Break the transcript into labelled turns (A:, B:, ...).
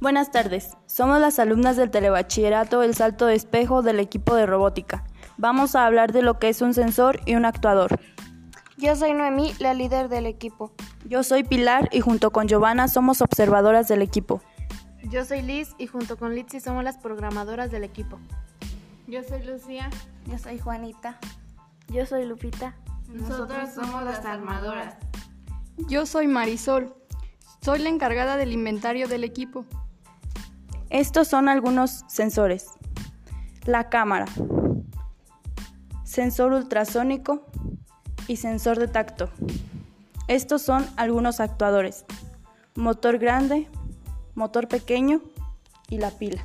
A: Buenas tardes, somos las alumnas del telebachillerato El Salto de Espejo del equipo de robótica. Vamos a hablar de lo que es un sensor y un actuador.
B: Yo soy Noemí, la líder del equipo.
A: Yo soy Pilar y junto con Giovanna somos observadoras del equipo.
C: Yo soy Liz y junto con Litsi somos las programadoras del equipo.
D: Yo soy Lucía.
E: Yo soy Juanita.
F: Yo soy Lupita.
G: Nosotras somos las armadoras.
H: Yo soy Marisol. Soy la encargada del inventario del equipo.
A: Estos son algunos sensores. La cámara, sensor ultrasónico y sensor de tacto. Estos son algunos actuadores. Motor grande, motor pequeño y la pila.